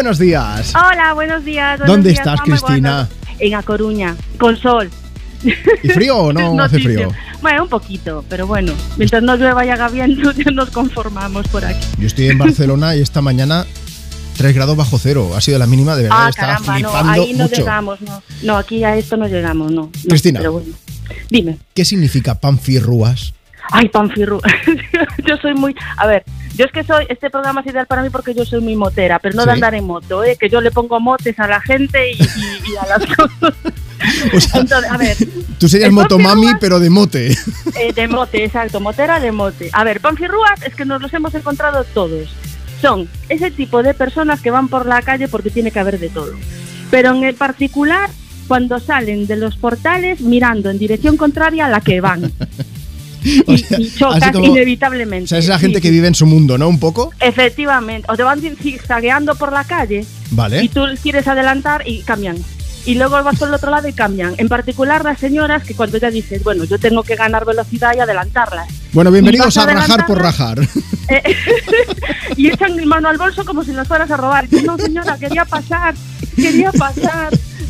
Buenos días. Hola, buenos días. Ah, buenos ¿Dónde días, estás, Juanma, Cristina? guarda- En A Coruña, con sol. ¿Y frío o no hace Noticia. frío? Bueno, un poquito, pero bueno, mientras no llueva y haga viento, ya nos conformamos por aquí. Yo estoy en Barcelona y esta mañana 3 grados bajo cero. Ha sido la mínima, de verdad, ah, estaba caramba, no, flipando ahí no mucho. llegamos, no. No, aquí a esto no llegamos, no. no, Cristina. Pero bueno. Dime. ¿Qué significa panfirrúas? Ay, Panfirru. yo soy muy. A ver, yo es que soy. Este programa es ideal para mí porque yo soy muy motera, pero no Sí. de andar en moto, ¿eh? Que yo le pongo motes a la gente y, y- y a las cosas. O sea, Entonces, a ver, tú serías ¿el motomami, panfirrúas? pero de mote. Eh, de mote, exacto, motera de mote. A ver, panfirrúas es que nos los hemos encontrado todos. Son ese tipo de personas que van por la calle porque tiene que haber de todo. Pero en el particular, cuando salen de los portales mirando en dirección contraria a la que van. y, O sea, y chocas así como- inevitablemente. O sea, es la Sí, gente que sí. vive en su mundo, ¿no? Un poco. Efectivamente, o te van zigzagueando por la calle y Vale. tú quieres adelantar y cambian. Y luego vas por el otro lado y cambian. En particular las señoras que cuando ya dices, bueno, yo tengo que ganar velocidad y adelantarlas. Bueno, bienvenidos vas a rajar adelantando? por rajar. Eh, y echan mi mano al bolso como si nos fueras a robar. No, señora, quería pasar, quería pasar.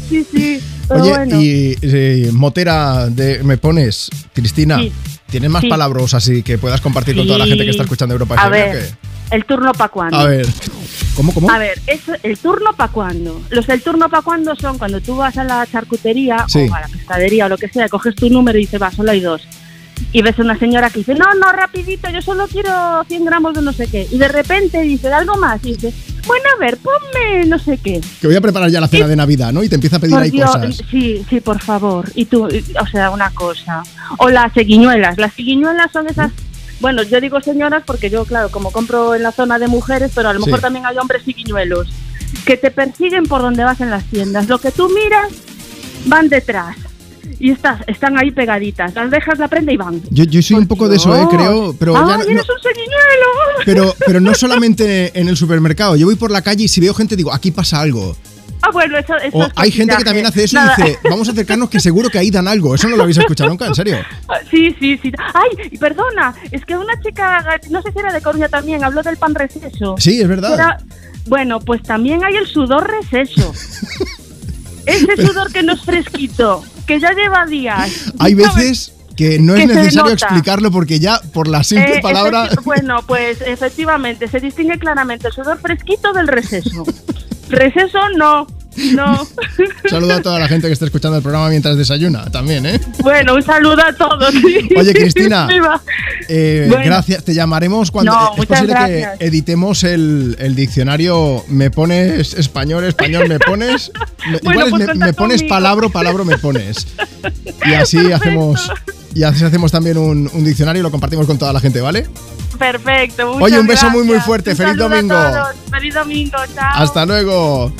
Sí, sí, pero Oye, bueno. y eh, motera de me pones, Cristina. Sí. ¿Tienes más Sí. palabras así que puedas compartir con toda la Sí. gente que está escuchando Europa A FM, ver, ¿o el turno para qué? cuándo. A ver. ¿Cómo, cómo? A ver, eso, el turno para cuándo. Los del turno para cuándo son cuando tú vas a la charcutería Sí. o a la pescadería o lo que sea, coges tu número y dices, va, solo hay dos. Y ves a una señora que dice, no, no, rapidito, yo solo quiero 100 gramos de no sé qué. Y de repente dice, "De algo más. Y dice, bueno, a ver, ponme no sé qué. Que voy a preparar ya la cena de Navidad, ¿no? Y te empieza a pedir Por ahí Dios, cosas. Sí, sí, por favor. Y tú, y- o sea, una cosa. O las seguiñuelas. Las seguiñuelas son esas. Bueno, yo digo señoras porque yo, claro, como compro en la zona de mujeres, pero a lo Sí. mejor también hay hombres seguiñuelos que te persiguen por donde vas en las tiendas. Lo que tú miras, van detrás. Y estás, están ahí pegaditas. Las dejas la prenda y van. Yo, yo soy un Por poco de eso, ¿eh? Dios. Ah, creo, pero, ya ¡Ay, no- eres un seguiñuelo! pero, pero no solamente en el supermercado. Yo voy por la calle y si veo gente digo, aquí pasa algo. Ah, bueno, eso, eso O es hay gente que coquillaje. también hace eso eh, Nada. y dice, vamos a acercarnos que seguro que ahí dan algo. Eso no lo habéis escuchado nunca, en serio. Ah, Sí, sí, sí. Ay, y perdona, es que una chica, no sé si era de Coruña también, habló del pan receso. Sí, es verdad. Era- bueno, pues también hay el sudor receso. Ese sudor que no es fresquito, que ya lleva días. Hay ¿sabes? veces que no es Que se necesario nota. explicarlo porque ya por la simple Eh, palabra... efecti- Bueno, pues efectivamente, se distingue claramente el sudor fresquito del receso. Receso no, no. Saludo a toda la gente que está escuchando el programa mientras desayuna también, ¿eh? bueno, un saludo a todos. Oye, Cristina. Viva. Eh, Bueno. Gracias, te llamaremos cuando No, es muchas posible gracias. que editemos el, el diccionario me pones español, español me pones, me, Bueno, igual es pues me- contad me pones conmigo. palabra, palabra me pones. Y así hacemos y así hacemos también un, un diccionario y lo compartimos con toda la gente, ¿vale? Perfecto. muchas Oye, un beso gracias. muy, muy fuerte. Un Feliz saludo a domingo. todos. Feliz domingo. Chao. Hasta luego.